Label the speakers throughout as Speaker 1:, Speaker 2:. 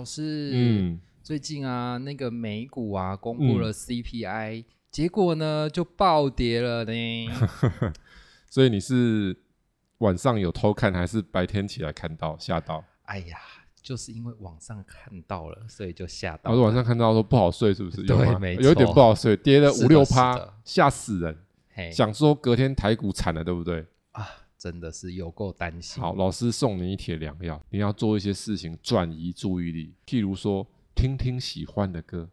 Speaker 1: 老师，
Speaker 2: 嗯，
Speaker 1: 最近啊，那个美股啊公布
Speaker 2: 嗯
Speaker 1: 了 CPI，、结果呢就暴跌了 呢。
Speaker 2: 所以你是晚上有偷看，还是白天起来看到吓到？
Speaker 1: 哎呀，就是因为网上看到了，所以就吓到
Speaker 2: 我是
Speaker 1: 了。
Speaker 2: 晚上看到说不好睡，是不是？
Speaker 1: 对
Speaker 2: 有吗
Speaker 1: 没错
Speaker 2: 有一点不好睡，跌了
Speaker 1: 是的
Speaker 2: 五六
Speaker 1: 是
Speaker 2: 趴
Speaker 1: 的，哎
Speaker 2: 吓死人。
Speaker 1: 嘿
Speaker 2: 想说隔天台股惨了，对不对？
Speaker 1: 啊，真的是有够担心。
Speaker 2: 好，老师送你一帖良药，你要做一些事情转移注意力，譬如说听听喜欢 的歌，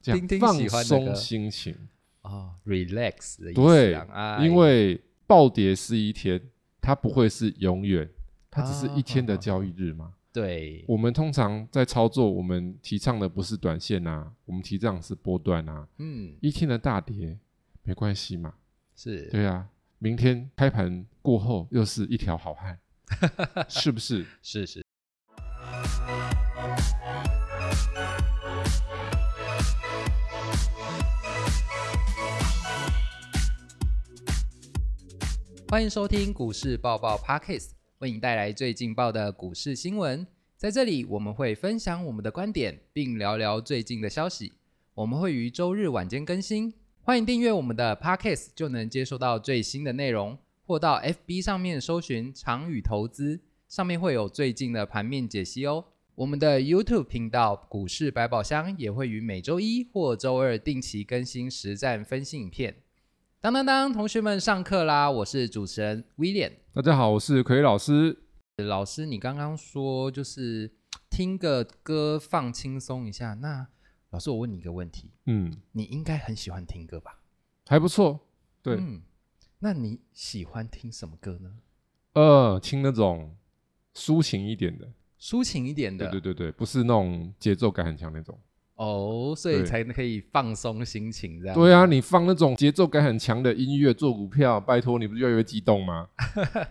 Speaker 2: 这样
Speaker 1: 听听
Speaker 2: 放
Speaker 1: 喜欢的歌
Speaker 2: 松心情。
Speaker 1: 哦，relax 的意思
Speaker 2: 对
Speaker 1: 啊，哎
Speaker 2: 因为暴跌是一天，它不会是永远，它只是一天的
Speaker 1: 啊
Speaker 2: 交易日嘛。
Speaker 1: 对
Speaker 2: 我们通常在操作，我们提倡的不是短线啊，我们提倡的是波段啊。
Speaker 1: 嗯
Speaker 2: 一天的大跌没关系嘛，
Speaker 1: 是
Speaker 2: 对啊，明天开盘过后又是一条好 汉，是不是？
Speaker 1: 是是，欢迎收听股市爆爆 Pockets，为你带来最劲爆的股市新闻。在这里，我们会分享我们的观点，并聊聊最近的消息。我们会于周日晚间更新，欢迎订阅我们的 Pockets，就能接收到最新的内容，或到 FB 上面搜寻“长宇投资”，上面会有最近的盘面解析哦。我们的 YouTube 频道“股市百宝箱”也会于每周一或周二定期更新实战分析影片。当当当，同学们上课啦！我是主持人 William
Speaker 2: 大家好，我是奎老师。
Speaker 1: 老师。你刚刚说就是听个歌放轻松一下，那老师我问你一个问题，
Speaker 2: 嗯，
Speaker 1: 你应该很喜欢听歌吧？
Speaker 2: 还不错。对，
Speaker 1: 嗯，那你喜欢听什么歌呢？
Speaker 2: 呃，听那种抒情一点的，
Speaker 1: 抒情一点的，
Speaker 2: 对对啊对对，不是那种节奏感很强那种。
Speaker 1: 哦，所以
Speaker 2: 对
Speaker 1: 才可以放松心情这样。
Speaker 2: 对啊，你放那种节奏感很强的音乐做股票，拜托你不是越来越激动 吗？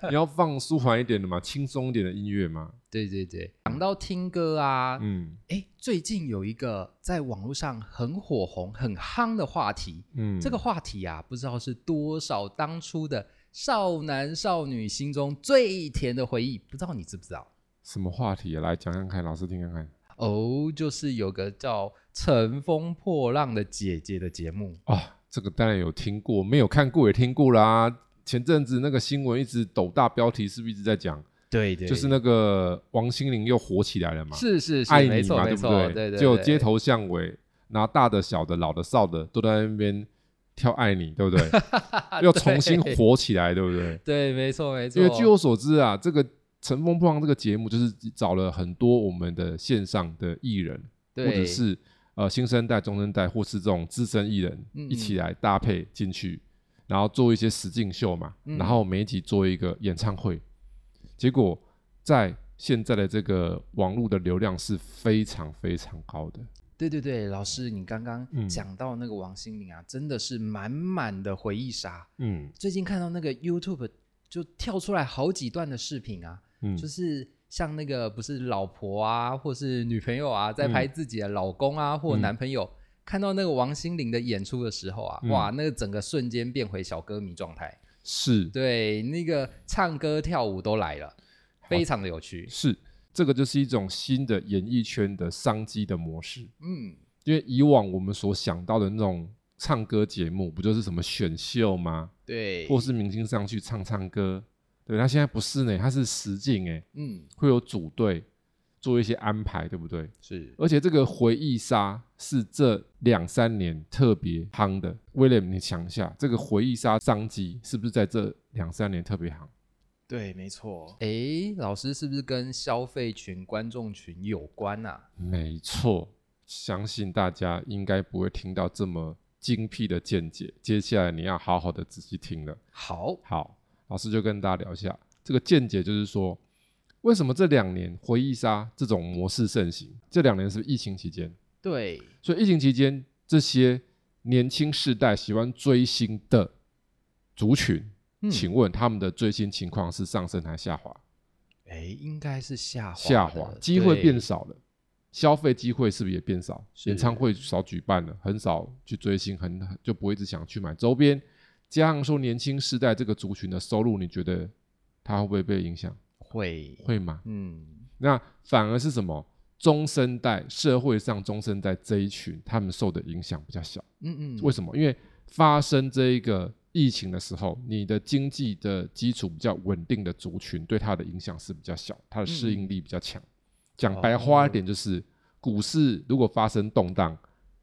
Speaker 2: 你要放舒缓一点的嘛，轻松一点的音乐嘛。
Speaker 1: 对对对，讲到听歌啊，
Speaker 2: 嗯
Speaker 1: 哎、最近有一个在网络上很火红、很夯的话题，
Speaker 2: 嗯，
Speaker 1: 这个话题啊，不知道是多少当初的少男少女心中最甜的回忆，不知道你知不知道？
Speaker 2: 什么话题、啊、来讲讲看，老师听看看。
Speaker 1: 哦，就是有个叫《乘风破浪的姐姐》的节目，
Speaker 2: 啊，这个当然有听过，没有看过也听过啦。前阵子那个新闻一直斗大标题，是不是一直在讲？
Speaker 1: 对对，
Speaker 2: 就是那个王心凌又火起来了嘛，
Speaker 1: 是是是，
Speaker 2: 爱
Speaker 1: 没
Speaker 2: 你
Speaker 1: 错
Speaker 2: 嘛，
Speaker 1: 没
Speaker 2: 对不
Speaker 1: 错，
Speaker 2: 对？
Speaker 1: 对对，
Speaker 2: 就
Speaker 1: 对
Speaker 2: 街头巷尾，拿大的、小的、老的、少的都在那边跳爱你，对 不对？又重新火起来，对不对？
Speaker 1: 对，啊没错没错，
Speaker 2: 因为据我所知啊，这个《乘风破浪》这个节目就是找了很多我们的线上的艺人，或
Speaker 1: 对
Speaker 2: 者是呃新生代、中生代，或是这种资深艺人
Speaker 1: 嗯嗯
Speaker 2: 一起来搭配进去，然后做一些实境秀嘛，
Speaker 1: 嗯
Speaker 2: 然后每一集做一个演唱会。结果在现在的这个网络的流量是非常非常高的，
Speaker 1: 对对对，老师，你刚刚
Speaker 2: 嗯
Speaker 1: 讲到那个王心凌啊，真的是满满的回忆杀。
Speaker 2: 嗯
Speaker 1: 最近看到那个 YouTube 就跳出来好几段的视频啊，
Speaker 2: 嗯
Speaker 1: 就是像那个不是老婆啊，或是女朋友啊，
Speaker 2: 嗯
Speaker 1: 在拍自己的老公啊、或男朋友，看到那个王心凌的演出的时候啊，
Speaker 2: 嗯
Speaker 1: 哇，那个整个瞬间变回小歌迷状态，
Speaker 2: 是
Speaker 1: 对，那个唱歌跳舞都来了，非常的有趣。
Speaker 2: 是，这个就是一种新的演艺圈的商机的模式。
Speaker 1: 嗯，
Speaker 2: 因为以往我们所想到的那种唱歌节目，不就是什么选秀吗？
Speaker 1: 对，
Speaker 2: 或是明星上去唱唱歌？对，他现在不是呢，他是实境哎，
Speaker 1: 嗯
Speaker 2: 会有组队做一些安排，对不对？
Speaker 1: 是
Speaker 2: 而且这个回忆杀是这两三年特别夯的。William，你想一下，这个回忆杀商机是不是在这两三年特别夯？
Speaker 3: 对，没错。
Speaker 1: 诶，老师是不是跟消费群、观众群有关啊？
Speaker 2: 没错，相信大家应该不会听到这么精辟的见解。接下来你要好好的仔细听了。
Speaker 1: 好，
Speaker 2: 好，老师就跟大家聊一下这个见解，就是说为什么这两年回忆杀这种模式盛行？这两年是不是疫情期间，
Speaker 1: 对，
Speaker 2: 所以疫情期间这些年轻世代喜欢追星的族群，
Speaker 1: 嗯
Speaker 2: 请问他们的追星情况是上升还是下滑？
Speaker 1: 诶，应该是下滑的，
Speaker 2: 下滑，机会变
Speaker 1: 对
Speaker 2: 少了，消费机会是不是也变少？
Speaker 1: 是
Speaker 2: 演唱会少举办了，很少去追星，很很就不会一直想去买周边。加上说年轻世代这个族群的收入，你觉得它会不会被影响？
Speaker 1: 会，
Speaker 2: 会吗？
Speaker 1: 嗯，
Speaker 2: 那反而是什么？中生代社会上中生代这一群，他们受的影响比较小。
Speaker 1: 嗯嗯，
Speaker 2: 为什么？因为发生这一个疫情的时候，你的经济的基础比较稳定的族群，对它的影响是比较小，它的适应力比较强。讲白话一点，就是、股市如果发生动荡，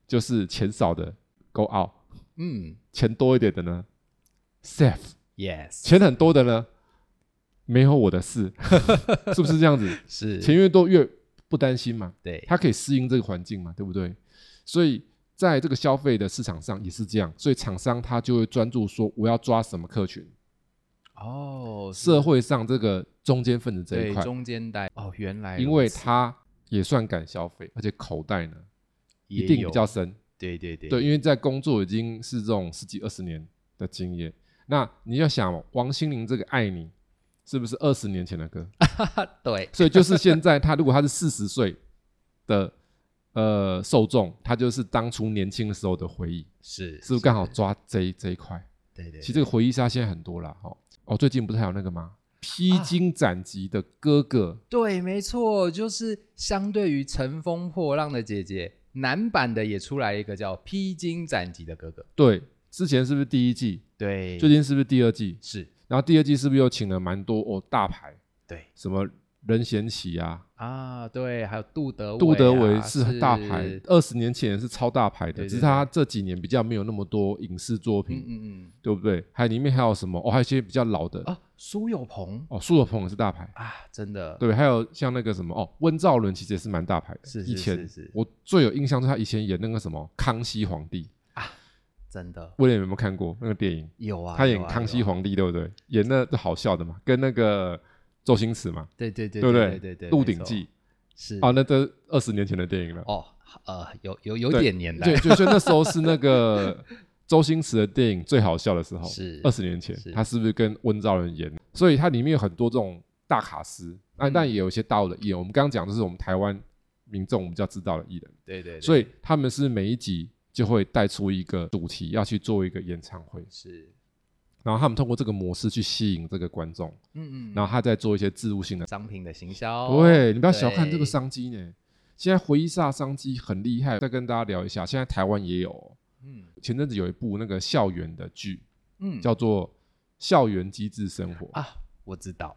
Speaker 2: 就是钱少的 go out，
Speaker 1: 嗯
Speaker 2: 钱多一点的呢 safe，
Speaker 1: ，yes，
Speaker 2: 钱很多的呢没有我的事， 是不是这样子？
Speaker 1: 是，
Speaker 2: 钱越多越不担心嘛。
Speaker 1: 对，
Speaker 2: 它可以适应这个环境嘛，对不对？所以在这个消费的市场上也是这样，所以厂商他就会专注说我要抓什么客群，
Speaker 1: 哦，是
Speaker 2: 社会上这个中间分子这一
Speaker 1: 对
Speaker 2: 块，
Speaker 1: 中间带哦，原来
Speaker 2: 因
Speaker 1: 如
Speaker 2: 为
Speaker 1: 此
Speaker 2: 他也算敢消费，而且口袋呢一
Speaker 3: 也
Speaker 2: 定
Speaker 3: 有
Speaker 2: 比较深，
Speaker 3: 对对对
Speaker 2: 对，因为在工作已经是这种十几二十年的经验，那你要想哦王心凌这个爱你。是不是二十年前的歌？
Speaker 1: 啊对，
Speaker 2: 所以就是现在，他如果他是四十岁的呃受众，他就是当初年轻的时候的回忆。
Speaker 1: 是
Speaker 2: 是不是刚好抓这一这一块？
Speaker 1: 对啊对，
Speaker 2: 其实这个回忆杀现在很多啦，哦哦，最近不是还有那个吗？披荆斩棘的哥哥，
Speaker 1: 对，没错，就是相对于《乘风破浪的姐姐》，男版的也出来一个叫《披荆斩棘的哥哥》，
Speaker 2: 对，之前是不是第一季？
Speaker 3: 对，
Speaker 2: 最近是不是第二季？
Speaker 1: 是
Speaker 2: 然后第二季是不是又请了蛮多哦大牌？
Speaker 3: 对，
Speaker 2: 什么任贤齐啊，
Speaker 1: 啊，对，还有杜德伟啊、
Speaker 2: 杜德伟
Speaker 1: 是
Speaker 2: 大牌，二十年前也是超大牌
Speaker 1: 对
Speaker 2: 的，
Speaker 1: 对
Speaker 2: 只是他这几年比较没有那么多影视作
Speaker 1: 嗯
Speaker 2: 品，
Speaker 1: 嗯
Speaker 2: 对不对？还里面还有什么？哦，还有一些比较老的
Speaker 1: 嗯，啊，苏有朋
Speaker 2: 哦，苏有朋也是大牌。
Speaker 1: 啊，真的，
Speaker 2: 对，还有像那个什么哦，温兆伦其实也是蛮大牌的。
Speaker 1: 是是
Speaker 2: 以前
Speaker 1: 是是
Speaker 2: 我最有印象是他以前演那个什么《康熙皇帝》，
Speaker 1: 真的
Speaker 2: 威廉有没有看过那个电影？
Speaker 1: 有啊，
Speaker 2: 他演
Speaker 1: 有啊
Speaker 2: 康熙，
Speaker 1: 有啊
Speaker 2: 皇帝，对不对？演那就好笑的嘛，跟那个周星驰嘛，
Speaker 1: 对对对
Speaker 2: 不
Speaker 1: 对对
Speaker 2: 对
Speaker 1: 对，
Speaker 2: 鹿
Speaker 1: 没
Speaker 2: 鼎
Speaker 1: 错
Speaker 2: 记
Speaker 1: 是》
Speaker 2: 啊，那都二十年前的电影了。
Speaker 1: 哦，呃，有有有
Speaker 2: 对
Speaker 1: 点年代
Speaker 2: 对，，就是那时候是那个周星驰的电影最好笑的时候，
Speaker 1: 是
Speaker 2: 二十年前
Speaker 1: 是，
Speaker 2: 他是不是跟温兆伦演？所以它里面有很多这种大卡司，那、
Speaker 1: 嗯
Speaker 2: 但也有一些大陆的艺人。我们刚刚讲的是我们台湾民众比较知道的艺人。
Speaker 1: 对对，
Speaker 2: 所
Speaker 1: 以
Speaker 2: 以他们是每一集就会带出一个主题，要去做一个演唱会，
Speaker 1: 是
Speaker 2: 然后他们通过这个模式去吸引这个观众，
Speaker 1: 嗯嗯，
Speaker 2: 然后他再做一些植入性的。
Speaker 1: 商品的行销，
Speaker 2: 对你不要小看这
Speaker 1: 对
Speaker 2: 个商机呢，现在回忆杀商机很厉害。再跟大家聊一下，现在台湾也有哦，
Speaker 1: 嗯
Speaker 2: 前阵子有一部那个校园的剧，
Speaker 1: 嗯，
Speaker 2: 叫做《校园机智生活》，
Speaker 1: 啊，我知道，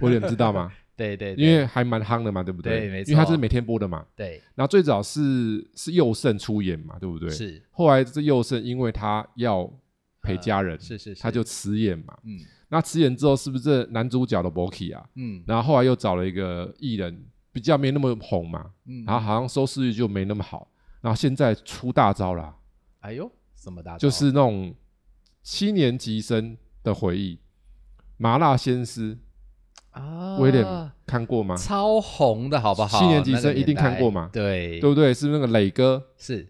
Speaker 2: 威廉知道吗？
Speaker 1: 对对， 对
Speaker 2: 因为还蛮夯的嘛，对不
Speaker 1: 对没
Speaker 2: 因为它
Speaker 1: 错
Speaker 2: 是每天播的嘛。
Speaker 1: 对
Speaker 2: 然后最早是是佑胜出演嘛，对不对？
Speaker 1: 是
Speaker 2: 后来这佑胜因为他要陪家人，
Speaker 1: 啊是是是，
Speaker 2: 他就辞演嘛。
Speaker 1: 嗯
Speaker 2: 那辞演之后，是不是这男主角的 Boki 啊？
Speaker 1: 嗯
Speaker 2: 然后后来又找了一个艺人，比较没那么红嘛，
Speaker 1: 嗯，
Speaker 2: 然后好像收视率就没那么好。然后现在出大招啊啦，
Speaker 1: 哎呦，什么大招
Speaker 2: 就是那种七年级生的回忆，《麻辣鲜师
Speaker 1: 啊，》
Speaker 2: 威廉看过吗？
Speaker 1: 超红的好不好？
Speaker 2: 七年级
Speaker 1: 那个
Speaker 2: 生一定
Speaker 1: 年代
Speaker 2: 看过嘛
Speaker 1: 对
Speaker 2: 对，不对？是不是那个磊哥
Speaker 1: 是，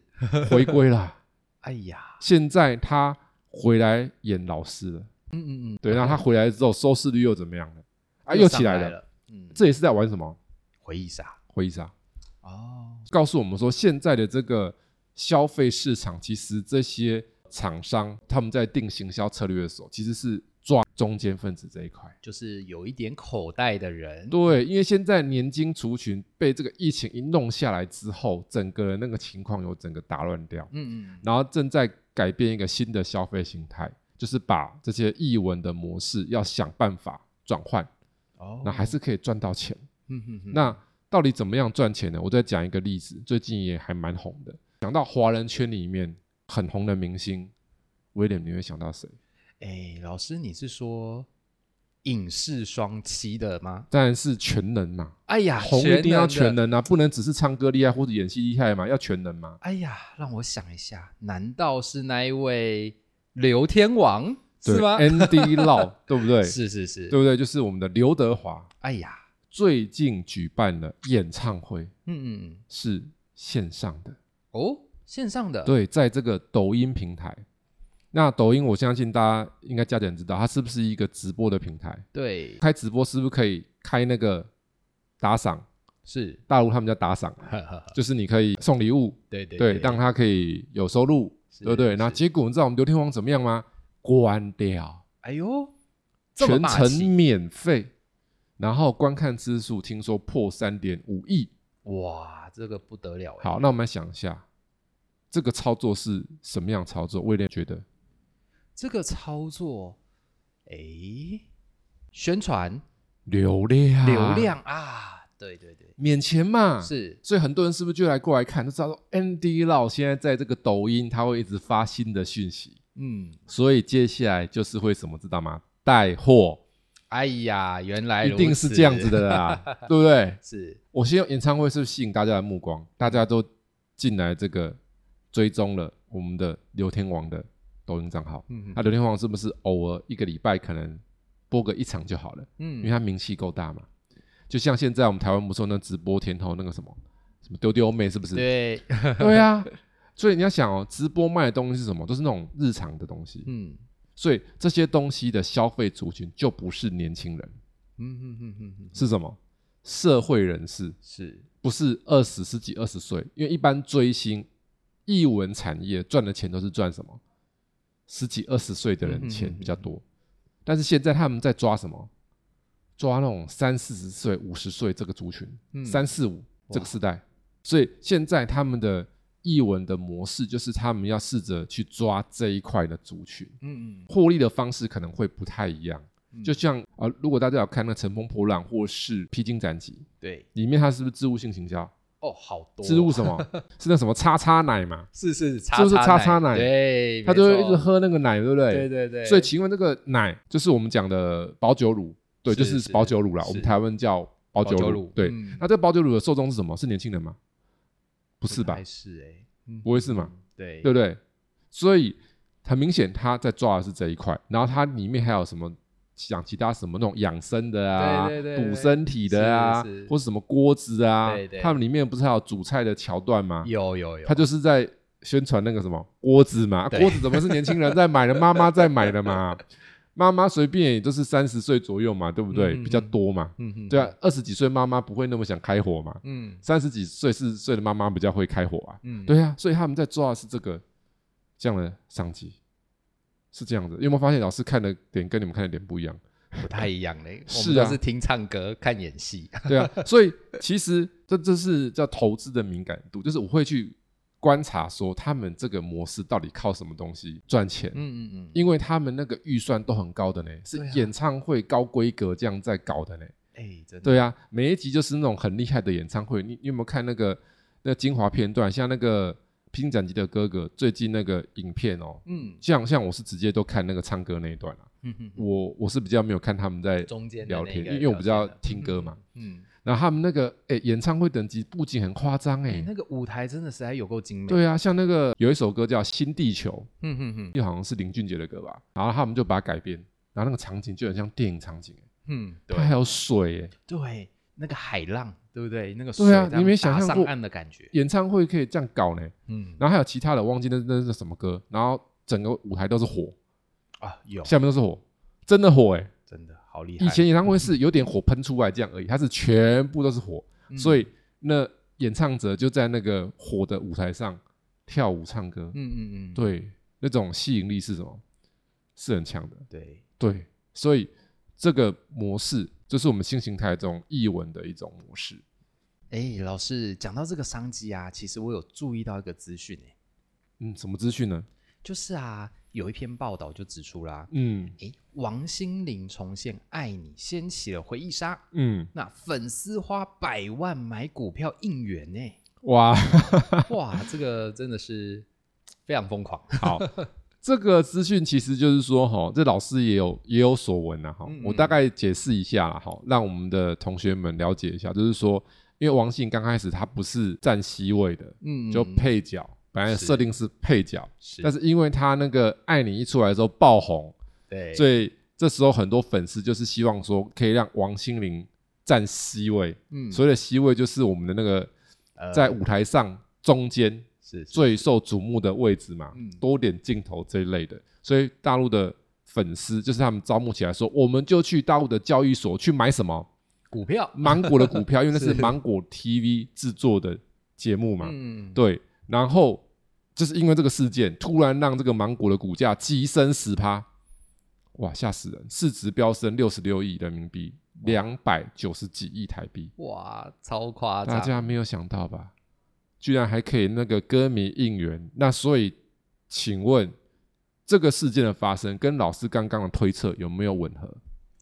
Speaker 2: 回归啦？
Speaker 1: 哎呀，
Speaker 2: 现在他回来演老师了。嗯嗯嗯，对，那他回来之后收视率又怎么样了？啊，又
Speaker 1: 上
Speaker 2: 起来
Speaker 1: 来
Speaker 2: 了。
Speaker 1: 了，嗯，
Speaker 2: 这也是在玩什么
Speaker 3: 回忆杀
Speaker 2: 回忆杀？
Speaker 1: 哦，
Speaker 2: 告诉我们说，现在的这个消费市场，其实这些厂商他们在定行销策略的时候，其实是抓中间分子这一块。
Speaker 1: 就是有一点口袋的人，
Speaker 2: 对，因为现在年金族群被这个疫情一弄下来之后，整个那个情况有整个打乱掉。
Speaker 1: 嗯嗯，
Speaker 2: 然后正在改变一个新的消费形态，就是把这些译文的模式要想办法转换，
Speaker 3: 哦
Speaker 2: 那还是可以赚到钱。
Speaker 1: 嗯嗯嗯，
Speaker 2: 那到底怎么样赚钱呢？我再讲一个例子，最近也还蛮红的。讲到华人圈里面很红的明星，威廉，你会想到谁？
Speaker 1: 哎，老师你是说影视双栖的吗？
Speaker 2: 当然是全能嘛，
Speaker 1: 哎呀，
Speaker 2: 红一定要全
Speaker 1: 的。
Speaker 2: 能啊，不能只是唱歌厉害或者演戏厉害嘛，要全能嘛。
Speaker 1: 哎呀，让我想一下，难道是那一位刘天王
Speaker 2: 对
Speaker 1: 是吗？
Speaker 2: ？Andy Lau，对不对？
Speaker 1: 是是是
Speaker 2: 对，不对？就是我们的刘德华
Speaker 1: 哎呀，
Speaker 2: 最近举办了演唱会，
Speaker 1: 嗯嗯嗯，
Speaker 2: 是线上的，
Speaker 1: 哦，线上的，
Speaker 2: 对，在这个抖音平台。那抖音，我相信大家应该家长知道，它是不是一个直播的平台？
Speaker 1: 对
Speaker 2: 开直播是不是可以开那个打赏？
Speaker 1: 是，
Speaker 2: 大陆他们叫打赏，啊
Speaker 1: 呵呵呵
Speaker 2: 就是你可以送礼物，
Speaker 1: 啊对对
Speaker 2: 对，让他可以有收入，
Speaker 1: 是
Speaker 2: 对不对？
Speaker 1: 是
Speaker 2: 那结果你知道我们刘天王怎么样吗？关掉，
Speaker 1: 哎呦，这么
Speaker 2: 全
Speaker 1: 霸
Speaker 2: 程
Speaker 1: 气
Speaker 2: 免费，然后观看次数听说破三点五亿，
Speaker 1: 哇，这个不得了哎！
Speaker 2: 好，那我们来想一下，这个操作是什么样的操作？威廉觉得
Speaker 1: 这个操作，
Speaker 3: 哎，
Speaker 1: 宣传
Speaker 2: 流量，
Speaker 1: 流，量啊，对对对，
Speaker 2: 免钱嘛，。
Speaker 1: 是
Speaker 2: 所以很多人是不是就来过来看，就知道说 Andy Lau 现在在这个抖音，他会一直发新的讯息，
Speaker 1: 嗯，
Speaker 2: 所以接下来就是会什么知道吗？带货
Speaker 1: 哎呀，原来
Speaker 2: 一
Speaker 1: 如
Speaker 2: 定是
Speaker 1: 此
Speaker 2: 这样子的，啦，对不对？
Speaker 1: 是
Speaker 2: 我先用演唱会是不是吸引大家的目光，大家都进来这个追踪了我们的刘天王的抖音账号。
Speaker 1: 嗯
Speaker 2: 那刘天王是不是偶尔一个礼拜可能播个一场就好了？因为
Speaker 1: 嗯，
Speaker 2: 他名气够大嘛。就像现在我们台湾不是有那直播甜头那个什么什么丢丢妹是不是？
Speaker 1: 对，
Speaker 2: 对啊，所以你要想哦，直播卖的东西是什么？都是那种日常的东西，
Speaker 1: 嗯
Speaker 2: 所以这些东西的消费族群就不是年轻人，
Speaker 1: 嗯嗯嗯嗯嗯，
Speaker 2: 是什么？社会人士，
Speaker 1: 是
Speaker 2: 不是二十世纪二十岁，因为一般追星、艺文产业赚的钱都是赚什么十几二十岁的
Speaker 1: 嗯嗯
Speaker 2: 人钱
Speaker 1: 嗯
Speaker 2: 比较多，但是现在他们在抓什么？抓那种三四十岁、五十岁这个族群，
Speaker 1: 嗯
Speaker 2: 三四五这个时代，所以现在他们的译文的模式就是他们要试着去抓这一块的族群，
Speaker 1: 嗯嗯
Speaker 2: 获利的方式可能会不太一样。
Speaker 1: 嗯
Speaker 2: 就像啊、呃如果大家有看那《乘风破浪》或是《披荆斩棘
Speaker 3: 对》，，
Speaker 2: 里面它是不是植物性行销？
Speaker 1: 哦，好多
Speaker 2: 植物什么？是那什么叉叉奶 嘛？
Speaker 1: 是是是，
Speaker 2: 就是叉叉奶
Speaker 1: 对，
Speaker 2: 他
Speaker 1: 没
Speaker 2: 就会一
Speaker 1: 错
Speaker 2: 直，喝那个奶，对不对？
Speaker 1: 对对对，
Speaker 2: 所以请问这个奶就是我们讲的保酒乳，对，
Speaker 1: 是
Speaker 2: 就是
Speaker 1: 是
Speaker 2: 保酒乳啦。我们
Speaker 1: 是
Speaker 2: 台湾叫保
Speaker 1: 保酒
Speaker 2: 酒
Speaker 1: 乳
Speaker 2: 乳，对。
Speaker 1: 嗯
Speaker 2: 那这个保酒乳的受众是什么？是年轻人吗？不是吧
Speaker 3: 还？是哎，
Speaker 1: 嗯
Speaker 2: 不会是吗？
Speaker 3: 对
Speaker 2: 对不对？所以很明显他在抓的是这一块，然后它里面还有什么？讲其他什么那种养生的啊，
Speaker 1: 对对对对
Speaker 2: 补身体的啊，
Speaker 1: 是是
Speaker 2: 或是什么锅子啊，
Speaker 1: 对对
Speaker 2: 他们里面不是还有煮菜的桥段吗？
Speaker 1: 有有有，啊
Speaker 2: 他就是在宣传那个什么锅子嘛，啊
Speaker 1: 对
Speaker 2: 锅子怎么是年轻 人在买的？妈妈在买的嘛，妈妈随便也就是三十岁左右嘛，对不对？
Speaker 1: 嗯嗯
Speaker 2: 比较多嘛，
Speaker 1: 嗯嗯，
Speaker 2: 对啊，二十几岁妈妈不会那么想开火嘛，
Speaker 1: 嗯
Speaker 2: 三十几岁四十岁的妈妈比较会开火啊，
Speaker 1: 嗯，
Speaker 2: 对啊，所以他们在抓的是这个这样的商机，是这样子。有没有发现老师看的点跟你们看的点不一样？
Speaker 1: 不太一样嘞，我
Speaker 2: 是
Speaker 1: 们都
Speaker 2: 啊
Speaker 1: 是听唱歌看演戏，
Speaker 2: 对啊，所以其实这这是叫投资的敏感度，就是我会去观察说他们这个模式到底靠什么东西赚钱，
Speaker 1: 嗯嗯嗯，
Speaker 2: 因为他们那个预算都很高的呢，是
Speaker 1: 对啊
Speaker 2: 演唱会高规格这样在搞的呢。
Speaker 3: 哎，真的
Speaker 2: 对啊，每一集就是那种很厉害的演唱会，你你有没有看那个那精华片段？像那个《披荆斩棘的哥哥》最近那个影片哦，
Speaker 1: 嗯
Speaker 2: 像像我是直接都看那个唱歌那一段啊，
Speaker 1: 嗯嗯嗯，
Speaker 2: 我我是比较没有看他们在
Speaker 1: 中间的
Speaker 2: 聊
Speaker 1: 那
Speaker 2: 天，
Speaker 1: 个
Speaker 2: 因为因为我比
Speaker 1: 聊
Speaker 2: 较
Speaker 1: 天的
Speaker 2: 听歌嘛。
Speaker 1: 嗯，
Speaker 2: 然后他们那个诶、演唱会等级布景很夸张
Speaker 1: 哎
Speaker 2: 诶，
Speaker 1: 那个舞台真的实在有够精美，，
Speaker 2: 对啊，像那个有一首歌叫《新地球
Speaker 1: 嗯嗯嗯》，
Speaker 2: 又好像是林俊杰的歌吧，然后他们就把它改编，然后那个场景就很像电影场景诶，
Speaker 1: 嗯，
Speaker 3: 对
Speaker 2: 它还有水诶，
Speaker 1: 对，那个海浪，对不对？那个
Speaker 2: 对啊
Speaker 1: 水这样
Speaker 2: 你没想
Speaker 1: 打
Speaker 2: 象
Speaker 1: 上
Speaker 2: 过
Speaker 1: 岸的感觉，
Speaker 2: 演唱会可以这样搞呢。
Speaker 1: 嗯，
Speaker 2: 然后还有其他的，忘记那那是什么歌，然后整个舞台都是火，
Speaker 3: 啊，有
Speaker 2: 下面都是火，真的火诶。
Speaker 3: 真的好厉害，
Speaker 2: 以前演唱会是有点火喷出来这样而已，它是全部都是火，
Speaker 1: 嗯
Speaker 2: 所以那演唱者就在那个火的舞台上跳舞唱歌，
Speaker 1: 嗯嗯嗯，
Speaker 2: 对，那种吸引力是什么？是很强的。
Speaker 3: 对
Speaker 2: 对，所以这个模式就是我们新形态中译文的一种模式。
Speaker 1: 哎，老师讲到这个商机啊，其实我有注意到一个资讯哎，
Speaker 2: 嗯，什么资讯呢？
Speaker 1: 就是啊，有一篇报道就指出啦，
Speaker 2: 嗯
Speaker 1: 哎，王心凌重现《爱你》，掀起了回忆杀。
Speaker 2: 嗯，
Speaker 1: 那粉丝花百万买股票应援呢、
Speaker 2: 哇，
Speaker 1: 哇，这个真的是非常疯 狂。
Speaker 2: 好，这个资讯其实就是说，哈，这老师也有也有所闻啊，哈
Speaker 1: 嗯，
Speaker 2: 我大概解释一下啦，哈，让我们的同学们了解一下，就是说，因为王信刚开始他不是站 C 位的，
Speaker 1: 嗯，
Speaker 2: 就配角，本来
Speaker 1: 是
Speaker 2: 设定是配角，
Speaker 1: 是，
Speaker 2: 但是因为他那个《爱你》一出来之后爆红，
Speaker 3: 对
Speaker 2: 所以这时候很多粉丝就是希望说可以让王心凌占 C 位，
Speaker 1: 嗯，
Speaker 2: 所谓的 C 位就是我们的那个
Speaker 3: 呃
Speaker 2: 在舞台上中间
Speaker 3: 是是
Speaker 2: 最受瞩目的位置嘛
Speaker 1: 嗯，
Speaker 2: 多点镜头这一类的，所以大陆的粉丝就是他们招募起来说，我们就去大陆的交易所去买什 么
Speaker 1: 股票，
Speaker 2: 芒果的股票，因为那
Speaker 1: 是
Speaker 2: 是芒果 TV 制作的节目嘛，
Speaker 1: 嗯，
Speaker 2: 对，然后就是因为这个事件，突然让这个芒果的股价急升十趴，哇，吓死人！市值飙升六十六亿人民币，两百九十几亿台币，
Speaker 1: 哇，超夸
Speaker 2: 大
Speaker 1: 张，
Speaker 2: 家没有想到吧？居然还可以那个歌迷应援，那所以请问这个事件的发生跟老师刚刚的推测有没有吻合？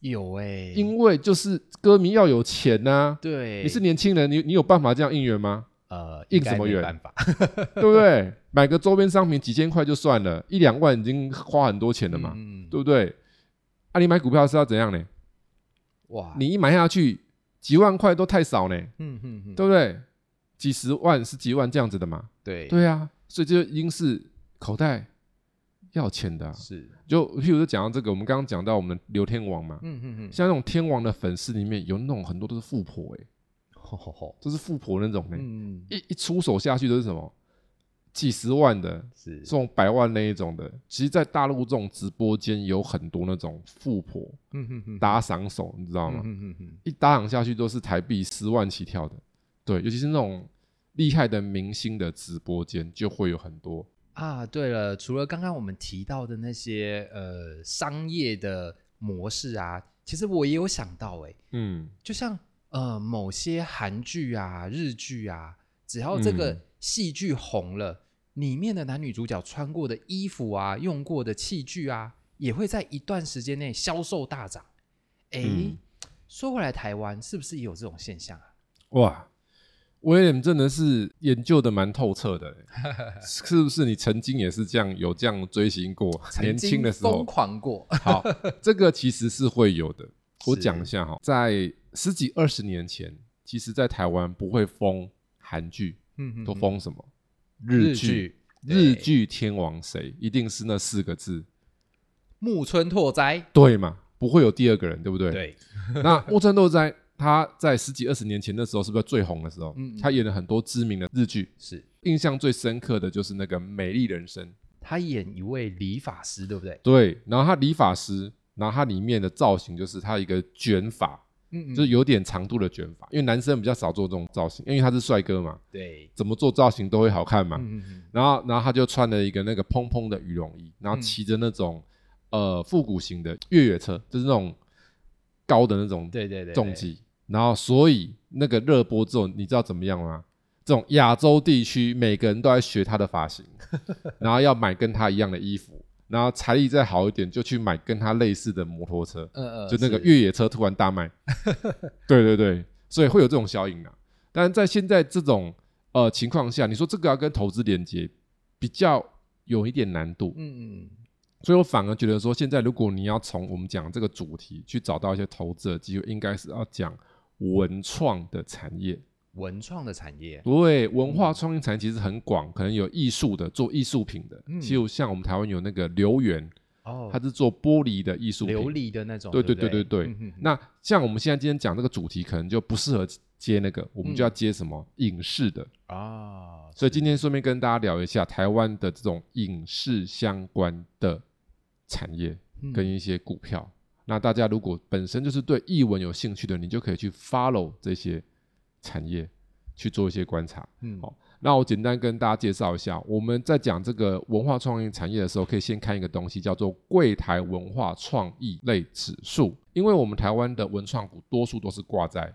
Speaker 3: 有哎，
Speaker 2: 因为就是歌迷要有钱呐、
Speaker 3: 对
Speaker 2: 你是年轻人，你你有办法这样应援吗？
Speaker 3: 呃
Speaker 2: 应
Speaker 3: 应该
Speaker 2: 什么
Speaker 3: 没
Speaker 2: 缘
Speaker 3: 办法，
Speaker 2: 对不对？买个周边商品几千块就算了，一两万已经花很多钱了嘛，
Speaker 3: 嗯，
Speaker 2: 对不对？啊，你买股票是要怎样呢？
Speaker 1: 哇，
Speaker 2: 你一买下去几万块都太少呢，
Speaker 1: 嗯嗯嗯，
Speaker 2: 对不对？几十万、十几万这样子的嘛，
Speaker 3: 对
Speaker 2: 对啊，所以这就应是口袋要钱的啊、
Speaker 3: 是，
Speaker 2: 就譬如说讲到这个，我们刚刚讲到我们的刘天王嘛，
Speaker 1: 嗯嗯嗯，
Speaker 2: 像那种天王的粉丝里面有那种很多都是富婆、欸，
Speaker 1: 吼吼吼，
Speaker 2: 都是富婆那种呢、
Speaker 1: 嗯，
Speaker 2: 一一出手下去都是什么几十万的，
Speaker 3: 是
Speaker 2: 这种百万那一种的。其实，在大陆这种直播间有很多那种富婆
Speaker 1: 嗯嗯嗯，
Speaker 2: 打赏手，你知道吗？
Speaker 1: 嗯嗯嗯嗯，
Speaker 2: 一打赏下去都是台币十万起跳的，对，尤其是那种厉害的明星的直播间就会有很多，
Speaker 1: 啊，对了，除了刚刚我们提到的那些呃商业的模式啊，其实我也有想到、欸，
Speaker 2: 嗯，
Speaker 1: 就像呃某些韩剧啊、日剧啊，只要这个
Speaker 2: 嗯
Speaker 1: 戏剧红了，里面的男女主角穿过的衣服啊、用过的器具啊，也会在一段时间内销售大涨。哎、
Speaker 2: 嗯
Speaker 1: 说回来，台湾是不是也有这种现象啊？
Speaker 2: 哇。威廉真的是研究的蛮透 彻的欸，是不是？你曾经也是这样有这样追星过？
Speaker 1: 曾
Speaker 2: 年轻
Speaker 1: 经
Speaker 2: 的时候
Speaker 1: 疯，狂过，
Speaker 2: 好，这个其实是会有的。我
Speaker 3: 是
Speaker 2: 讲一下哈，在十几二十年前，其实在台湾不会封韩剧，
Speaker 1: 嗯
Speaker 2: 都封什么
Speaker 1: 日
Speaker 2: 剧？
Speaker 1: 剧，
Speaker 2: 日
Speaker 1: 对
Speaker 2: 剧天王谁？一定是那四个字，
Speaker 1: 木村拓哉，
Speaker 2: 对嘛？不会有第二个人，对不对？。
Speaker 3: 对
Speaker 2: 那木村拓哉他在十几二十年前那时候是不是最红的时候？
Speaker 1: 嗯嗯
Speaker 2: 他演了很多知名的日剧，
Speaker 1: 是
Speaker 2: 印象最深刻的就是那个《美丽人生》。
Speaker 1: 他演一位理发师，对不对？
Speaker 2: 对，然后他理发师，然后他里面的造型就是他一个卷发，
Speaker 1: 嗯
Speaker 2: 就是有点长度的卷发，因为男生比较少做这种造型，因为他是帅哥嘛，
Speaker 3: 对
Speaker 2: 怎么做造型都会好看嘛。
Speaker 1: 嗯嗯
Speaker 2: 然后，然后他就穿了一个那个蓬蓬的羽绒衣，然后
Speaker 1: 嗯
Speaker 2: 骑着那种、呃复古型的越野车，就是那种高的那种
Speaker 1: 对对对，对
Speaker 2: 重，机。然后，所以那个热播之后，你知道怎么样吗？这种亚洲地区每个人都在学他的发型，然后要买跟他一样的衣服，然后财力再好一点就去买跟他类似的摩托车。
Speaker 1: 嗯嗯，
Speaker 2: 就那个
Speaker 1: 是
Speaker 2: 越野车突然大 卖。对对对，所以会有这种效应啊。但是在现在这种呃情况下，你说这个要跟投资连接，比较有一点难度。
Speaker 1: 嗯嗯
Speaker 2: 所以我反而觉得说，现在如果你要从我们讲这个主题去找到一些投资的机会，应该是要讲文创的产业。
Speaker 1: 文创的产业，
Speaker 2: 对，文化创意产业其实很广，可能有艺术的，做艺术品的，
Speaker 1: 嗯
Speaker 2: 就像我们台湾有那个刘源，
Speaker 1: 哦，
Speaker 2: 他是做玻璃的艺术品，
Speaker 1: 琉璃的那种，
Speaker 2: 对
Speaker 1: 对
Speaker 2: 对
Speaker 1: 不
Speaker 2: 对对
Speaker 1: 嗯
Speaker 2: 对
Speaker 1: 嗯嗯
Speaker 2: 那像我们现在今天讲这个主题，可能就不适合接那个，我们
Speaker 1: 嗯
Speaker 2: 就要接什么、影视的。
Speaker 1: 哦
Speaker 3: 啊，
Speaker 2: 所以今天顺便跟大家聊一下台湾的这种影视相关的产业
Speaker 1: 嗯
Speaker 2: 跟一些股票。那大家如果本身就是对译文有兴趣的，你就可以去 follow 这些产业去做一些观察。
Speaker 1: 嗯
Speaker 2: 好那我简单跟大家介绍一下，我们在讲这个文化创意产业的时候，可以先看一个东西，叫做柜台文化创意类指数。因为我们台湾的文创股多数都是挂在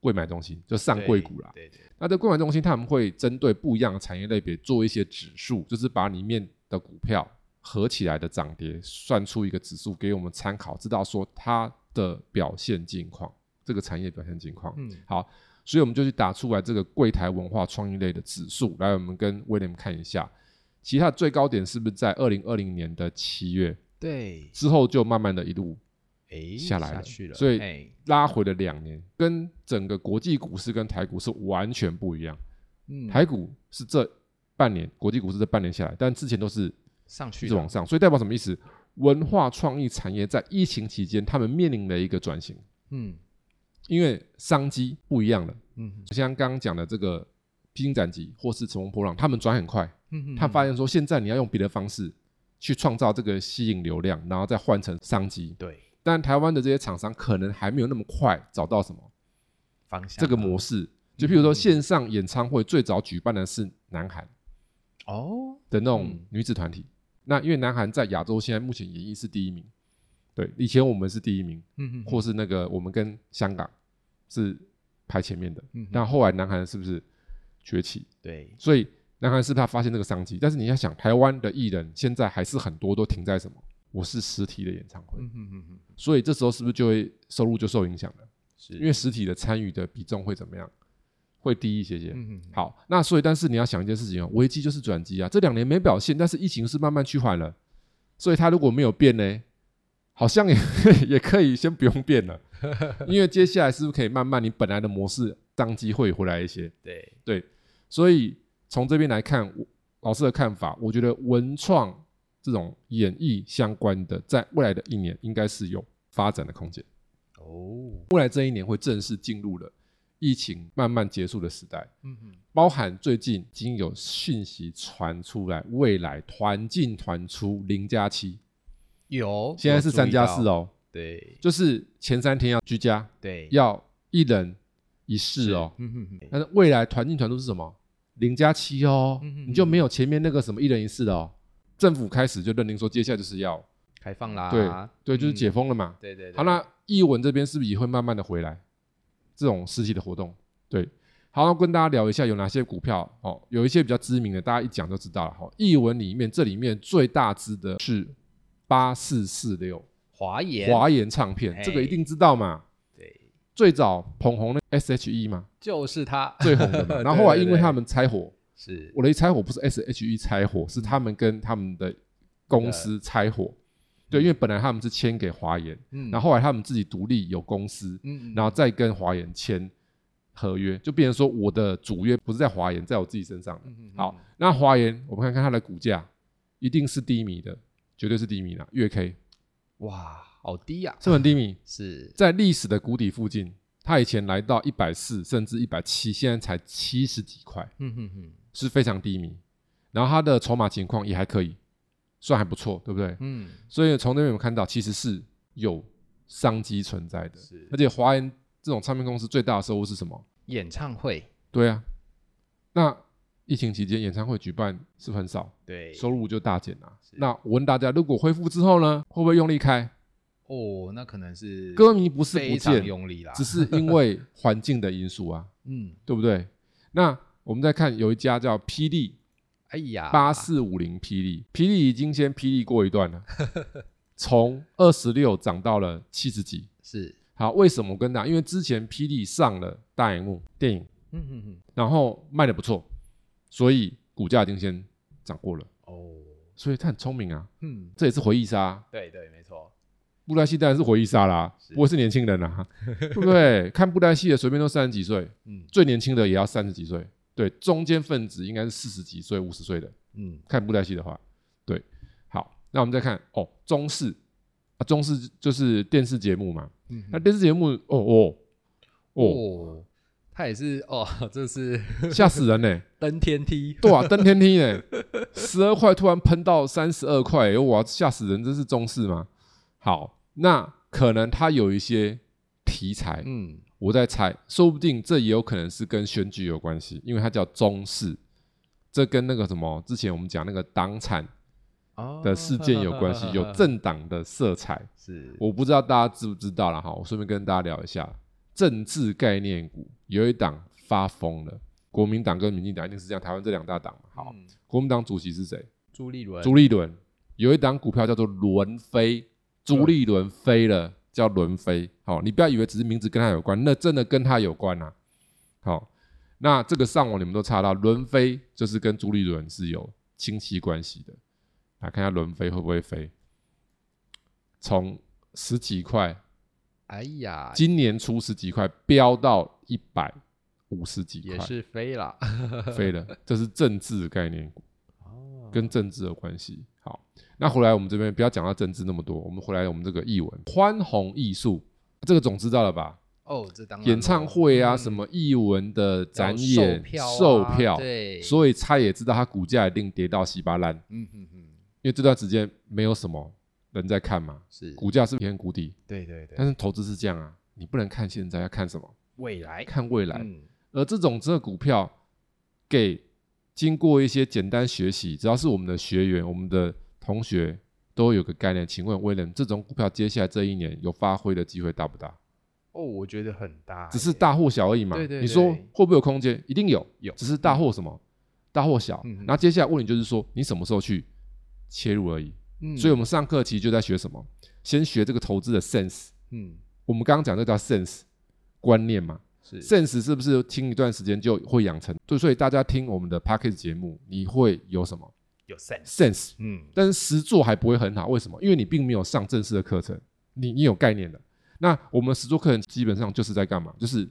Speaker 2: 柜买中心，就上
Speaker 3: 对
Speaker 2: 柜股啦。
Speaker 3: 对对
Speaker 2: 那在柜买中心，他们会针对不一样的产业类别做一些指数，就是把里面的股票合起来的涨跌算出一个指数给我们参考，知道说它的表现近况，这个产业表现近况。
Speaker 1: 嗯
Speaker 2: 好，所以我们就去打出来这个柜台文化创意类的指数，来我们跟威廉看一下，其实它的最高点是不是在二零二零年的七月
Speaker 3: 对，
Speaker 2: 之后就慢慢的一路
Speaker 3: 哎
Speaker 2: 下来了
Speaker 3: 去了，
Speaker 2: 所以
Speaker 3: 哎
Speaker 2: 拉回了两年，跟整个国际股市跟台股是完全不一样。
Speaker 1: 嗯
Speaker 2: 台股是这半年，国际股市这半年下来，但之前都是
Speaker 1: 上去
Speaker 2: 一
Speaker 1: 了
Speaker 2: 直往上，所以代表什么意思？文化创意产业在疫情期间，他们面临了一个转型，
Speaker 1: 嗯
Speaker 2: 因为商机不一样了。
Speaker 1: 嗯
Speaker 2: 像刚刚讲的这个披荆斩棘或是乘风破浪，他们转很快，
Speaker 1: 嗯，
Speaker 2: 他发现说现在你要用别的方式去创造这个吸引流量，然后再换成商机。
Speaker 3: 对
Speaker 2: 但台湾的这些厂商可能还没有那么快找到什么
Speaker 3: 方向
Speaker 2: 这
Speaker 3: 啊
Speaker 2: 个模式。就譬
Speaker 1: 嗯
Speaker 2: 如说线上演唱会最早举办的是南韩
Speaker 1: 哦，
Speaker 2: 的那种
Speaker 1: 嗯
Speaker 2: 女子团体，那因为南韩在亚洲现在目前演艺是第一名，对，以前我们是第一名，
Speaker 1: 嗯嗯，
Speaker 2: 或是那个我们跟香港是排前面的
Speaker 1: 嗯哼，
Speaker 2: 但后来南韩是不是崛起？
Speaker 3: 对，
Speaker 2: 所以南韩是他发现这个商机，但是你要想，台湾的艺人现在还是很多都停在什么？我是实体的演唱会，
Speaker 1: 嗯嗯嗯嗯，
Speaker 2: 所以这时候是不是就会收入就受影响了？
Speaker 3: 是
Speaker 2: 因为实体的参与的比重会怎么样？会低一些些。
Speaker 1: 嗯嗯，
Speaker 2: 好，那所以但是你要想一件事情啊，危机就是转机啊。这两年没表现，但是疫情是慢慢趋缓了，所以它如果没有变呢，好像也 也可以先不用变了，因为接下来是不是可以慢慢你本来的模式当机会回来一些？
Speaker 3: 对
Speaker 2: 对，所以从这边来看，我老师的看法，我觉得文创这种演艺相关的，在未来的一年应该是有发展的空间。
Speaker 3: 哦，
Speaker 2: 未来这一年会正式进入了疫情慢慢结束的时代，
Speaker 1: 嗯嗯
Speaker 2: 包含最近已经有讯息传出来，未来团进团出零加七，
Speaker 1: 有，
Speaker 2: 现在是三加
Speaker 3: 注意
Speaker 2: 四
Speaker 3: 到
Speaker 2: 哦，
Speaker 3: 对
Speaker 2: 就是前三天要居家，
Speaker 3: 对
Speaker 2: 要一人一室哦。
Speaker 1: 嗯嗯嗯，
Speaker 2: 但是未来团进团出是什么？零加七哦，
Speaker 1: 嗯嗯嗯
Speaker 2: 你就没有前面那个什么一人一室的哦。政府开始就认定说，接下来就是要
Speaker 1: 开放啦，
Speaker 2: 对对，就是解
Speaker 1: 嗯，
Speaker 2: 封了嘛。
Speaker 3: 对对，对
Speaker 2: 好，那译文这边是不是也会慢慢的回来？这种实体的活动，对。好，那跟大家聊一下有哪些股票哦，有一些比较知名的，大家一讲就知道了。哦，译文里面这里面最大只的是八四四六
Speaker 1: 华研，
Speaker 2: 华研唱片，这个
Speaker 3: 嘿
Speaker 2: 一定知道嘛？
Speaker 3: 对
Speaker 2: 最早捧红的 S.H.E 嘛，
Speaker 1: 就是他，
Speaker 2: 最 红的嘛。然后后来因为他们拆伙，
Speaker 3: 是
Speaker 2: 我的一拆伙不是 S.H.E 拆伙，是他们跟他们的公司拆伙。对，因为本来他们是签给华研，
Speaker 1: 嗯，
Speaker 2: 然后后来他们自己独立有公司，
Speaker 1: 嗯，嗯
Speaker 2: 然后再跟华研签合约，就变成说我的主约不是在华研，在我自己身上的。
Speaker 1: 嗯嗯嗯
Speaker 2: 好，那华研我们看看它的股价，一定是低迷的，绝对是低迷啦，月 K
Speaker 1: 哇，好低呀，
Speaker 2: 是很 低迷，
Speaker 1: 是，
Speaker 2: 在历史的谷底附近，它以前来到一百四甚至一百七，现在才七十几块，
Speaker 1: 嗯嗯嗯
Speaker 2: 是非常低迷。然后它的筹码情况也还可以，算还不错，对不对？
Speaker 1: 嗯，
Speaker 2: 所以从那边我们看到，其实是有商机存在的
Speaker 3: 是，
Speaker 2: 而且华研这种唱片公司最大的收入是什么？
Speaker 1: 演唱会，
Speaker 2: 对啊，那疫情期间演唱会举办是不是很少，
Speaker 3: 对
Speaker 2: 收入就大减啊。
Speaker 3: 是
Speaker 2: 那我问大家，如果恢复之后呢，会不会用力开？
Speaker 1: 哦，那可能是
Speaker 2: 歌迷不是不
Speaker 1: 非常
Speaker 2: 见，
Speaker 1: 用力啊啦，
Speaker 2: 只是因为环境的因素啊，
Speaker 1: 嗯，
Speaker 2: 对不对？那我们再看有一家叫霹雳
Speaker 1: 哎呀，
Speaker 2: 八四五零，霹雳霹雳已经先霹雳过 一段了，从二十六涨到了七十几。
Speaker 1: 是，
Speaker 2: 好，为什么我跟大家？因为之前霹雳上了大荧幕电影，
Speaker 1: 嗯嗯嗯，
Speaker 2: 然后卖的不错，所以股价已经先涨过了。
Speaker 3: 哦，
Speaker 2: 所以他很聪明啊，
Speaker 1: 嗯，
Speaker 2: 这也是回忆杀。啊
Speaker 3: 对对，没错，
Speaker 2: 布袋戏当然是回忆杀啦，
Speaker 3: 是
Speaker 2: 不会是年轻人啊，对不对？看布袋戏的随便都三十几岁，
Speaker 1: 嗯
Speaker 2: 最年轻的也要三十几岁，对，中间分子应该是四十几岁、五十岁的。
Speaker 1: 嗯，
Speaker 2: 看布袋戏的话，对，好，那我们再看哦，中视啊，中视就是电视节目嘛，
Speaker 1: 嗯
Speaker 2: 那电视节目哦哦哦，
Speaker 1: 哦，他也是哦， 这是
Speaker 2: 吓死人呢、
Speaker 1: 登天梯，
Speaker 2: 对啊，登天梯呢，十二块突然喷到三十二块，哎哇，吓死人！这是中式吗？好，那可能它有一些题材，
Speaker 1: 嗯，
Speaker 2: 我在猜，说不定这也有可能是跟选举有关系，因为它叫中式，这跟那个什么之前我们讲那个党产
Speaker 1: 哦
Speaker 2: 的事件有关系，有 政党的色彩。
Speaker 3: 是
Speaker 2: 我不知道大家知不知道了哈，我顺便跟大家聊一下政治概念股，有一档发疯了，国民党跟民进党一定是这样，台湾这两大党嘛。好，
Speaker 1: 嗯
Speaker 2: 国民党主席是谁？
Speaker 1: 朱立伦，
Speaker 2: 朱立伦。有一档股票叫做伦飞，朱立伦飞了，叫伦飞。好、你不要以为只是名字跟他有关，那真的跟他有关啊。好、那这个上网你们都查到，伦飞就是跟朱立伦是有亲戚关系的。来看一下伦飞会不会飞，从十几块，
Speaker 1: 哎呀，
Speaker 2: 今年初十几块飙到一百五十几
Speaker 1: 也
Speaker 2: 块，
Speaker 1: 是飞 啦，
Speaker 2: 飞了。这是政治概念股。
Speaker 3: 哦，
Speaker 2: 跟政治有关系。好，那回来我们这边不要讲到政治那么多，我们回来我们这个译文宽宏艺术，这个总知道了吧？
Speaker 1: 哦，这当然咯
Speaker 2: 演唱会啊，
Speaker 1: 嗯
Speaker 2: 什么译文的展
Speaker 1: 然后
Speaker 2: 演
Speaker 1: 售票啊
Speaker 2: 票
Speaker 1: 对
Speaker 2: 所以他也知道他股价一定跌到稀巴烂，
Speaker 1: 嗯嗯嗯，
Speaker 2: 因为这段时间没有什么人在看嘛，
Speaker 1: 是，
Speaker 2: 股价是偏谷底。
Speaker 3: 对对对，
Speaker 2: 但是投资是这样啊，你不能看现在，要看什么？
Speaker 1: 未来，
Speaker 2: 看未来。
Speaker 1: 嗯，
Speaker 2: 而这种这个股票给经过一些简单学习，只要是我们的学员、我们的同学、都有个概念。请问威廉，这种股票接下来这一年有发挥的机会大不大？
Speaker 3: 哦，我觉得很大耶，
Speaker 2: 只是大或小而已嘛。
Speaker 3: 对对
Speaker 2: 你说
Speaker 3: 对
Speaker 2: 会不会有空间？一定有，
Speaker 3: 有
Speaker 2: 只是大或什么，大或小。
Speaker 3: 嗯嗯
Speaker 2: 然后接下来问你就是说，你什么时候去切入而已。
Speaker 3: 嗯，
Speaker 2: 所以我们上课其实就在学什么？先学这个投资的 sense。
Speaker 3: 嗯
Speaker 2: 我们刚刚讲这叫 sense 观念嘛
Speaker 3: 是
Speaker 2: ，sense 是不是听一段时间就会养成？对，所以大家听我们的 p a c k a g e 节目，你会有什么
Speaker 3: 有 sense，
Speaker 2: sense？
Speaker 3: 嗯
Speaker 2: 但是实做还不会很好，为什么？因为你并没有上正式的课程，你你有概念的。那我们实做课程基本上就是在干嘛？就是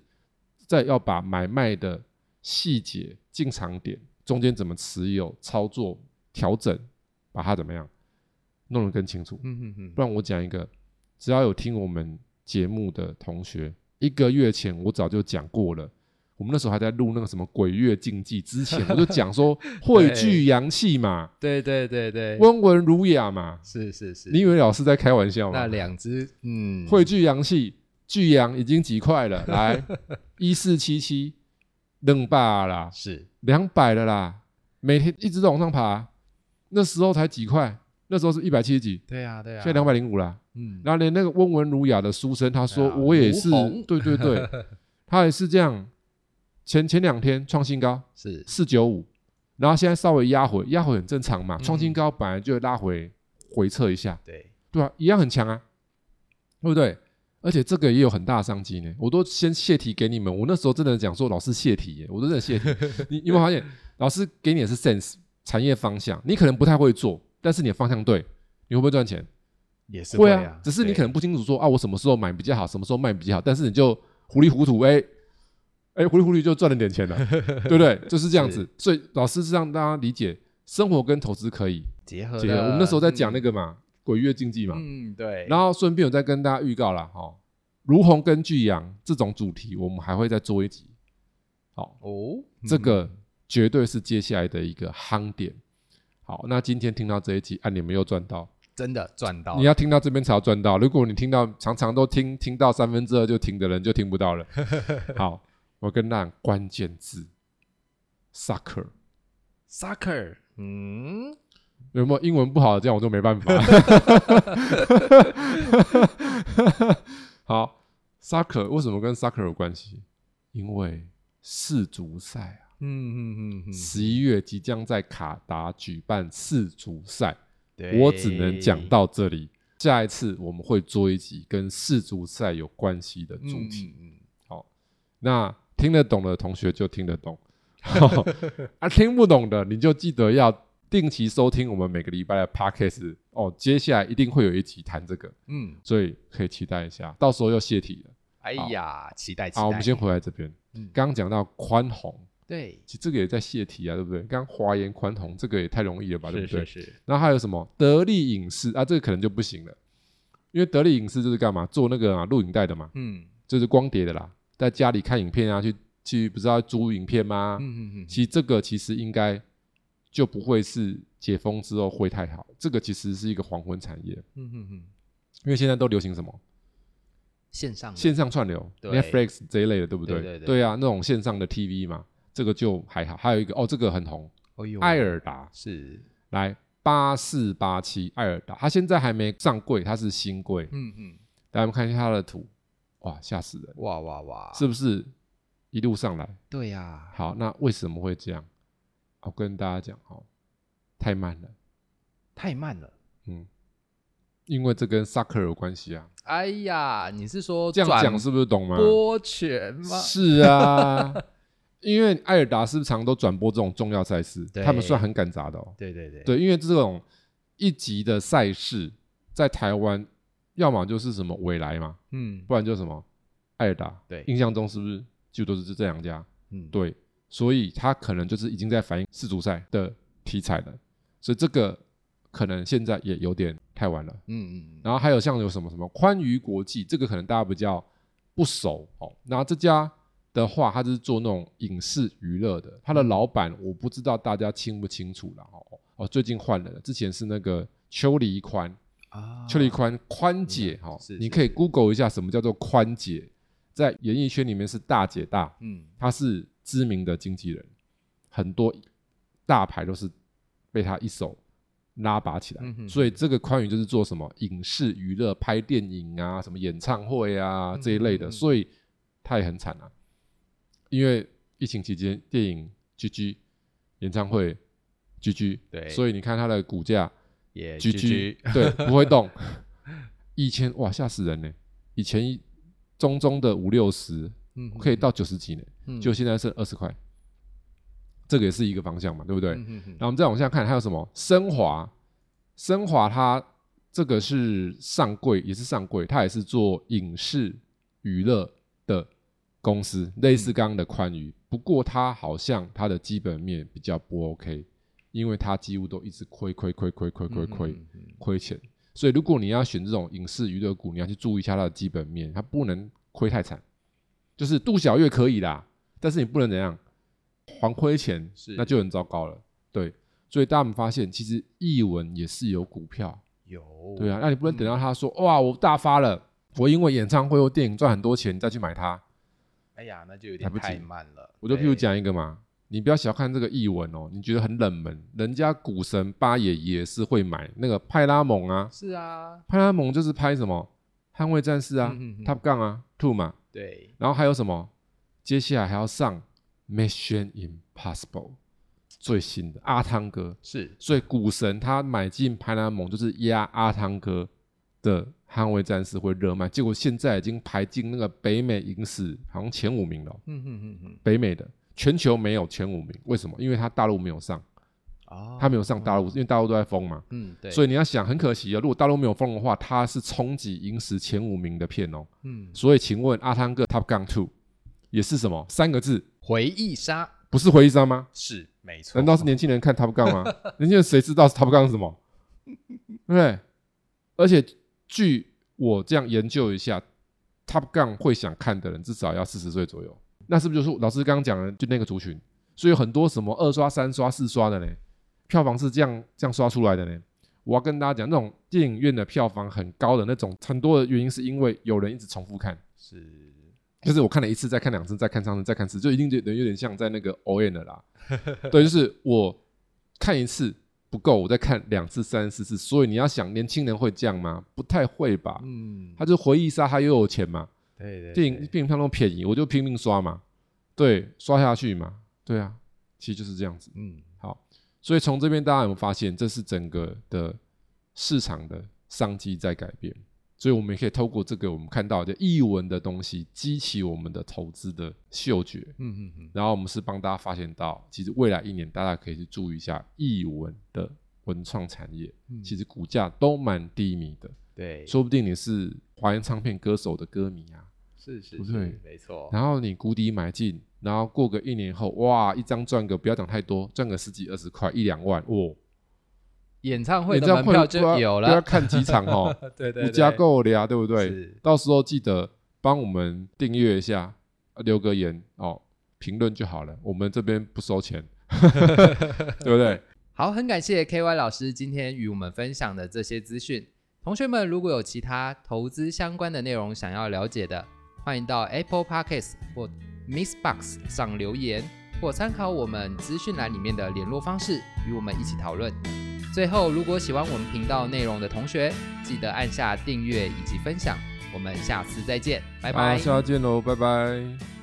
Speaker 2: 在要把买卖的细节、进场点、中间怎么持有、操作、调整，把它怎么样弄得更清楚。
Speaker 3: 嗯嗯
Speaker 2: 不然我讲一个，只要有听我们节目的同学，一个月前我早就讲过了。我们那时候还在录那个什么鬼月竞技之前，我就讲说汇聚阳气嘛，
Speaker 1: 对对对对，
Speaker 2: 温文儒雅嘛。
Speaker 3: 是是是，
Speaker 2: 你以为老师在开玩笑
Speaker 1: 那
Speaker 2: 吗？
Speaker 1: 两只嗯
Speaker 2: 汇聚阳气，聚阳已经几块了，来一四七七，冷霸啦，
Speaker 3: 是
Speaker 2: 两百了啦，每天一直在往上爬。那时候才几块，那时候是一百七十几，
Speaker 3: 对啊对啊，
Speaker 2: 现在两百零五啦。
Speaker 3: 嗯
Speaker 2: 然后连那个温文儒雅的书生，他说
Speaker 3: 啊
Speaker 2: 我也是
Speaker 3: 如虹，
Speaker 2: 对 对对，他也是这样。前前两天创新高
Speaker 3: 是
Speaker 2: 四九五，然后现在稍微压回，压回很正常嘛。
Speaker 3: 嗯
Speaker 2: 创新高本来就会拉回回撤一下，
Speaker 3: 对
Speaker 2: 对啊，一样很强啊，对不对？而且这个也有很大的商机呢。我都先泄题给你们，我那时候真的讲说老师泄题耶，我都真的泄题。 你你有没有发现，老师给你的是 sense 产业方向，你可能不太会做，但是你的方向对，你会不会赚钱？
Speaker 3: 也是
Speaker 2: 会
Speaker 3: 啊
Speaker 2: 啊，，只是你
Speaker 3: 对
Speaker 2: 可能不清楚说啊，我什么时候买比较好，什么时候卖比较好，但是你就糊里 糊涂，哎、哎、糊里糊涂就赚了点钱了，对不 对？就是这样子。所以老师是让大家理解，生活跟投资可以
Speaker 3: 结合
Speaker 2: 结合。我们那时
Speaker 1: 嗯
Speaker 2: 候在讲那
Speaker 3: 个，
Speaker 2: 个嘛，鬼月竞技嘛，
Speaker 3: 嗯对，
Speaker 2: 然后顺便我再跟大家预告啦，哦，如虹跟巨阳这种主题，我们还会再做一集。好、
Speaker 3: 哦
Speaker 2: 这个绝对是接下来的一个夯点。好，那今天听到这一集，啊，你们又赚到。
Speaker 1: 真的赚到
Speaker 2: 你要听到这边才要赚到。如果你听到常常都听听到三分之二就停的人，就听不到了。好，我跟大家讲关键字，soccer。
Speaker 3: soccer，嗯
Speaker 2: 有没有英文不好的？这样我就没办法。好，soccer 为什么跟 soccer 有关系？因为世足赛啊，
Speaker 3: 嗯嗯嗯嗯，
Speaker 2: 十一月即将在卡达举办世足赛。
Speaker 3: 对
Speaker 2: 我只能讲到这里。下一次我们会做一集跟世足赛有关系的主题。，
Speaker 3: 嗯嗯嗯
Speaker 2: 那听得懂的同学就听得懂， 啊，听不懂的你就记得要定期收听我们每个礼拜的 podcast 哦。接下来一定会有一集谈这个，
Speaker 3: 嗯，
Speaker 2: 所以可以期待一下。到时候要泄题了。
Speaker 3: 哎呀，期待期待，
Speaker 2: 好，我们先回来这边。
Speaker 3: 嗯
Speaker 2: 刚刚讲到宽宏，
Speaker 3: 对，
Speaker 2: 其实这个也在泄题啊，对不对？刚刚华研宽宏这个也太容易了吧，对
Speaker 3: 是
Speaker 2: 不对
Speaker 3: 是？是，
Speaker 2: 然后还有什么得力影视啊，这个可能就不行了，因为得力影视就是干嘛做那个啊录影带的嘛，
Speaker 3: 嗯
Speaker 2: 就是光碟的啦，在家里看影片啊，去去不是要租影片吗？
Speaker 3: 嗯嗯嗯，
Speaker 2: 其实这个其实应该就不会是解封之后会太好，这个其实是一个黄昏产业，
Speaker 3: 嗯嗯嗯，
Speaker 2: 因为现在都流行什么
Speaker 1: 线上的
Speaker 2: 线上串流
Speaker 3: 对
Speaker 2: ，Netflix 这一类的，对不
Speaker 3: 对对
Speaker 2: 对
Speaker 3: 对
Speaker 2: 啊，那种线上的 TV 嘛，这个就还好。还有一个哦，这个很红，
Speaker 3: 哦呦，
Speaker 2: 艾尔达，
Speaker 3: 是，
Speaker 2: 来八四八七艾尔达，它现在还没上柜，它是新柜。
Speaker 3: 嗯嗯，
Speaker 2: 来，我们看一下它的图，哇，吓死人，
Speaker 3: 哇哇哇，
Speaker 2: 是不是一路上来？
Speaker 3: 对呀，
Speaker 2: 好，那为什么会这样？我跟大家讲哦，太慢了，
Speaker 3: 太慢了，
Speaker 2: 嗯，因为这跟 soccer 有关系啊。
Speaker 1: 哎呀，你是说
Speaker 2: 这样
Speaker 1: 转
Speaker 2: 讲是不是懂吗？
Speaker 1: 播权吗？
Speaker 2: 是啊， 因为艾尔达是不是常都转播这种重要赛事？
Speaker 3: 对
Speaker 2: 他们算很敢砸的哦。
Speaker 3: 对对对，
Speaker 2: 对，因为这种一级的赛事在台湾，要么就是什么未来嘛，
Speaker 3: 嗯
Speaker 2: 不然就什么艾尔达。
Speaker 3: 对
Speaker 2: 印象中是不是就都是这两家？
Speaker 3: 嗯，
Speaker 2: 对，所以它可能就是已经在反映世足赛的题材了，所以这个可能现在也有点太晚了。
Speaker 3: 嗯嗯嗯，
Speaker 2: 然后还有像有什么什么宽娱国际，这个可能大家比较不熟哦。那这家的话，它就是做那种影视娱乐的，它的老板我不知道大家清不清楚啦哦。哦，最近换人了，之前是那个邱黎宽，
Speaker 3: 啊
Speaker 2: 邱黎宽宽姐哈、哦
Speaker 3: 是，
Speaker 2: 你
Speaker 3: 是
Speaker 2: 可以 Google 一下什么叫做宽姐，在演艺圈里面是大姐大，
Speaker 3: 嗯，
Speaker 2: 她是知名的经纪人，很多大牌都是被她一手拉拔起来。
Speaker 3: 嗯哼
Speaker 2: 所以这个宽娱就是做什么影视娱乐、拍电影啊、什么演唱会啊这一类的，
Speaker 3: 嗯嗯嗯
Speaker 2: 所以他也很惨啊。因为疫情期间，电影 GG，演唱会 GG，
Speaker 3: 对
Speaker 2: 所以你看它的股价
Speaker 3: 也
Speaker 2: GG，对，不会动。以前哇吓死人呢、以前一中中的五六十
Speaker 3: 嗯
Speaker 2: 可以到九十几呢、
Speaker 3: 嗯
Speaker 2: 就现在剩二十块，这个也是一个方向嘛，对不对？
Speaker 3: 嗯哼哼
Speaker 2: 然后我们再往下看，还有什么？升华，升华它这个是上柜，也是上柜，它也是做影视娱乐的公司，类
Speaker 3: 嗯
Speaker 2: 似刚刚的宽娱。不过它好像它的基本面比较不 OK，因为它几乎都一直亏亏亏亏亏亏亏
Speaker 3: 嗯哼哼
Speaker 2: 亏钱。所以如果你要选这种影视娱乐股，你要去注意一下它的基本面，它不能亏太惨。就是杜小月可以啦，但是你不能怎样，还亏钱，
Speaker 3: 是
Speaker 2: 那就很糟糕了。对，所以大家们发现，其实译文也是有股票，
Speaker 3: 有
Speaker 1: 哦
Speaker 2: 对啊，那你不能等到他说、哇，我大发了，我因为演唱会或电影赚很多钱，你再去买它。
Speaker 3: 哎呀，那就有
Speaker 2: 来
Speaker 3: 点
Speaker 2: 不及
Speaker 3: 太慢了。
Speaker 2: 我就譬
Speaker 3: 对
Speaker 2: 如，讲一个嘛，你不要小看这个译文哦，你觉得很冷门，人家股神八爷也是会买那个派拉蒙啊，
Speaker 3: 是啊，
Speaker 2: 派拉蒙就是拍什么《捍卫战士》啊，
Speaker 3: 嗯嗯嗯
Speaker 2: Top Gun》啊，《Two》嘛，
Speaker 3: 对，
Speaker 2: 然后还有什么？接下来还要上《Mission Impossible》最新的阿汤哥，
Speaker 3: 是
Speaker 2: 所以股神他买进派拉蒙就是压阿汤哥的《捍卫战士》会热卖，结果现在已经排进那个北美影史好像前五名了哦，
Speaker 3: 嗯哼哼哼，
Speaker 2: 北美的全球没有前五名，为什么？因为他大陆没有上，
Speaker 3: 哦，
Speaker 2: 他没有上大陆，因为大陆都在封嘛。
Speaker 3: 嗯，对，
Speaker 2: 所
Speaker 3: 以，
Speaker 2: 以你要想，很可惜哦，如果大陆没有封的话，它是冲击影史前五名的片哦。
Speaker 3: 嗯，
Speaker 2: 所以，请问阿汤哥《Top Gun Two》也是什么三个字？
Speaker 3: 回忆杀
Speaker 2: 不是回忆杀吗？
Speaker 3: 是没错，
Speaker 2: 难道是年轻人看 Top Gun 吗？年轻人谁知道是 Top Gun 是什么？对不对？而且据我这样研究一下，Top Gun 会想看的人至少要四十岁左右。那是不是就是老师刚刚讲的，就那个族群？所以有很多什么二刷、三刷、四刷的呢，票房是这样这样刷出来的呢。我要跟大家讲，那种电影院的票房很高的那种，很多的原因是因为有人一直重复看。
Speaker 3: 是
Speaker 2: 就是我看了一次，再看两次，再看三次，再看四次，就一定觉得有点像在那个 O N 了啦。对，就是我看一次不够，我再看两次、三次、四次。所以你要想，年轻人会这样吗？不太会吧？
Speaker 3: 嗯，
Speaker 2: 他就回忆杀，他又有钱嘛，
Speaker 3: 对对，
Speaker 2: 电影电影票那么便宜，我就拼命刷嘛，对，刷下去嘛，对啊，其实就是这样子。
Speaker 3: 嗯，
Speaker 2: 好，所以从这边大家有没有发现，这是整个的市场的商机在改变，所以我们也可以透过这个我们看到的译文的东西，激起我们的投资的嗅觉。
Speaker 3: 嗯嗯嗯，
Speaker 2: 然后我们是帮大家发现到，其实未来一年大家可以去注意一下译文的文创产业，
Speaker 3: 嗯
Speaker 2: 其实股价都蛮低迷的，
Speaker 3: 对，
Speaker 2: 说不定你是华研唱片歌手的歌迷啊，
Speaker 3: 是是
Speaker 2: 不
Speaker 3: 是
Speaker 2: 对，
Speaker 3: 没错，
Speaker 2: 然后你谷底买进，然后过个一年后，哇，一张赚个不要讲太多，赚个十几二十块，一两万，哦，
Speaker 1: 演唱会
Speaker 2: 你
Speaker 1: 的
Speaker 2: 这样
Speaker 1: 门票
Speaker 2: 不
Speaker 1: 就
Speaker 2: 要
Speaker 1: 有
Speaker 2: 不要
Speaker 1: 了，
Speaker 2: 看几场哦，
Speaker 1: 对 对
Speaker 2: 你
Speaker 1: 对，
Speaker 2: 加够了呀，对不对
Speaker 3: 是？
Speaker 2: 到时候记得帮我们订阅一下，呃留个言哦，评论就好了，我们这边不收钱， 对不对？
Speaker 1: 好，很感谢 KY 老师今天与我们分享的这些资讯。同学们如果有其他投资相关的内容想要了解的，欢迎到 Apple Podcasts 或 Miss Box 上留言，或参考我们资讯栏里面的联络方式，与我们一起讨论。最后，如果喜欢我们频道内容的同学，记得 按下订阅以及分享。我们下次再见，拜拜。
Speaker 2: 好下次见喽，拜拜。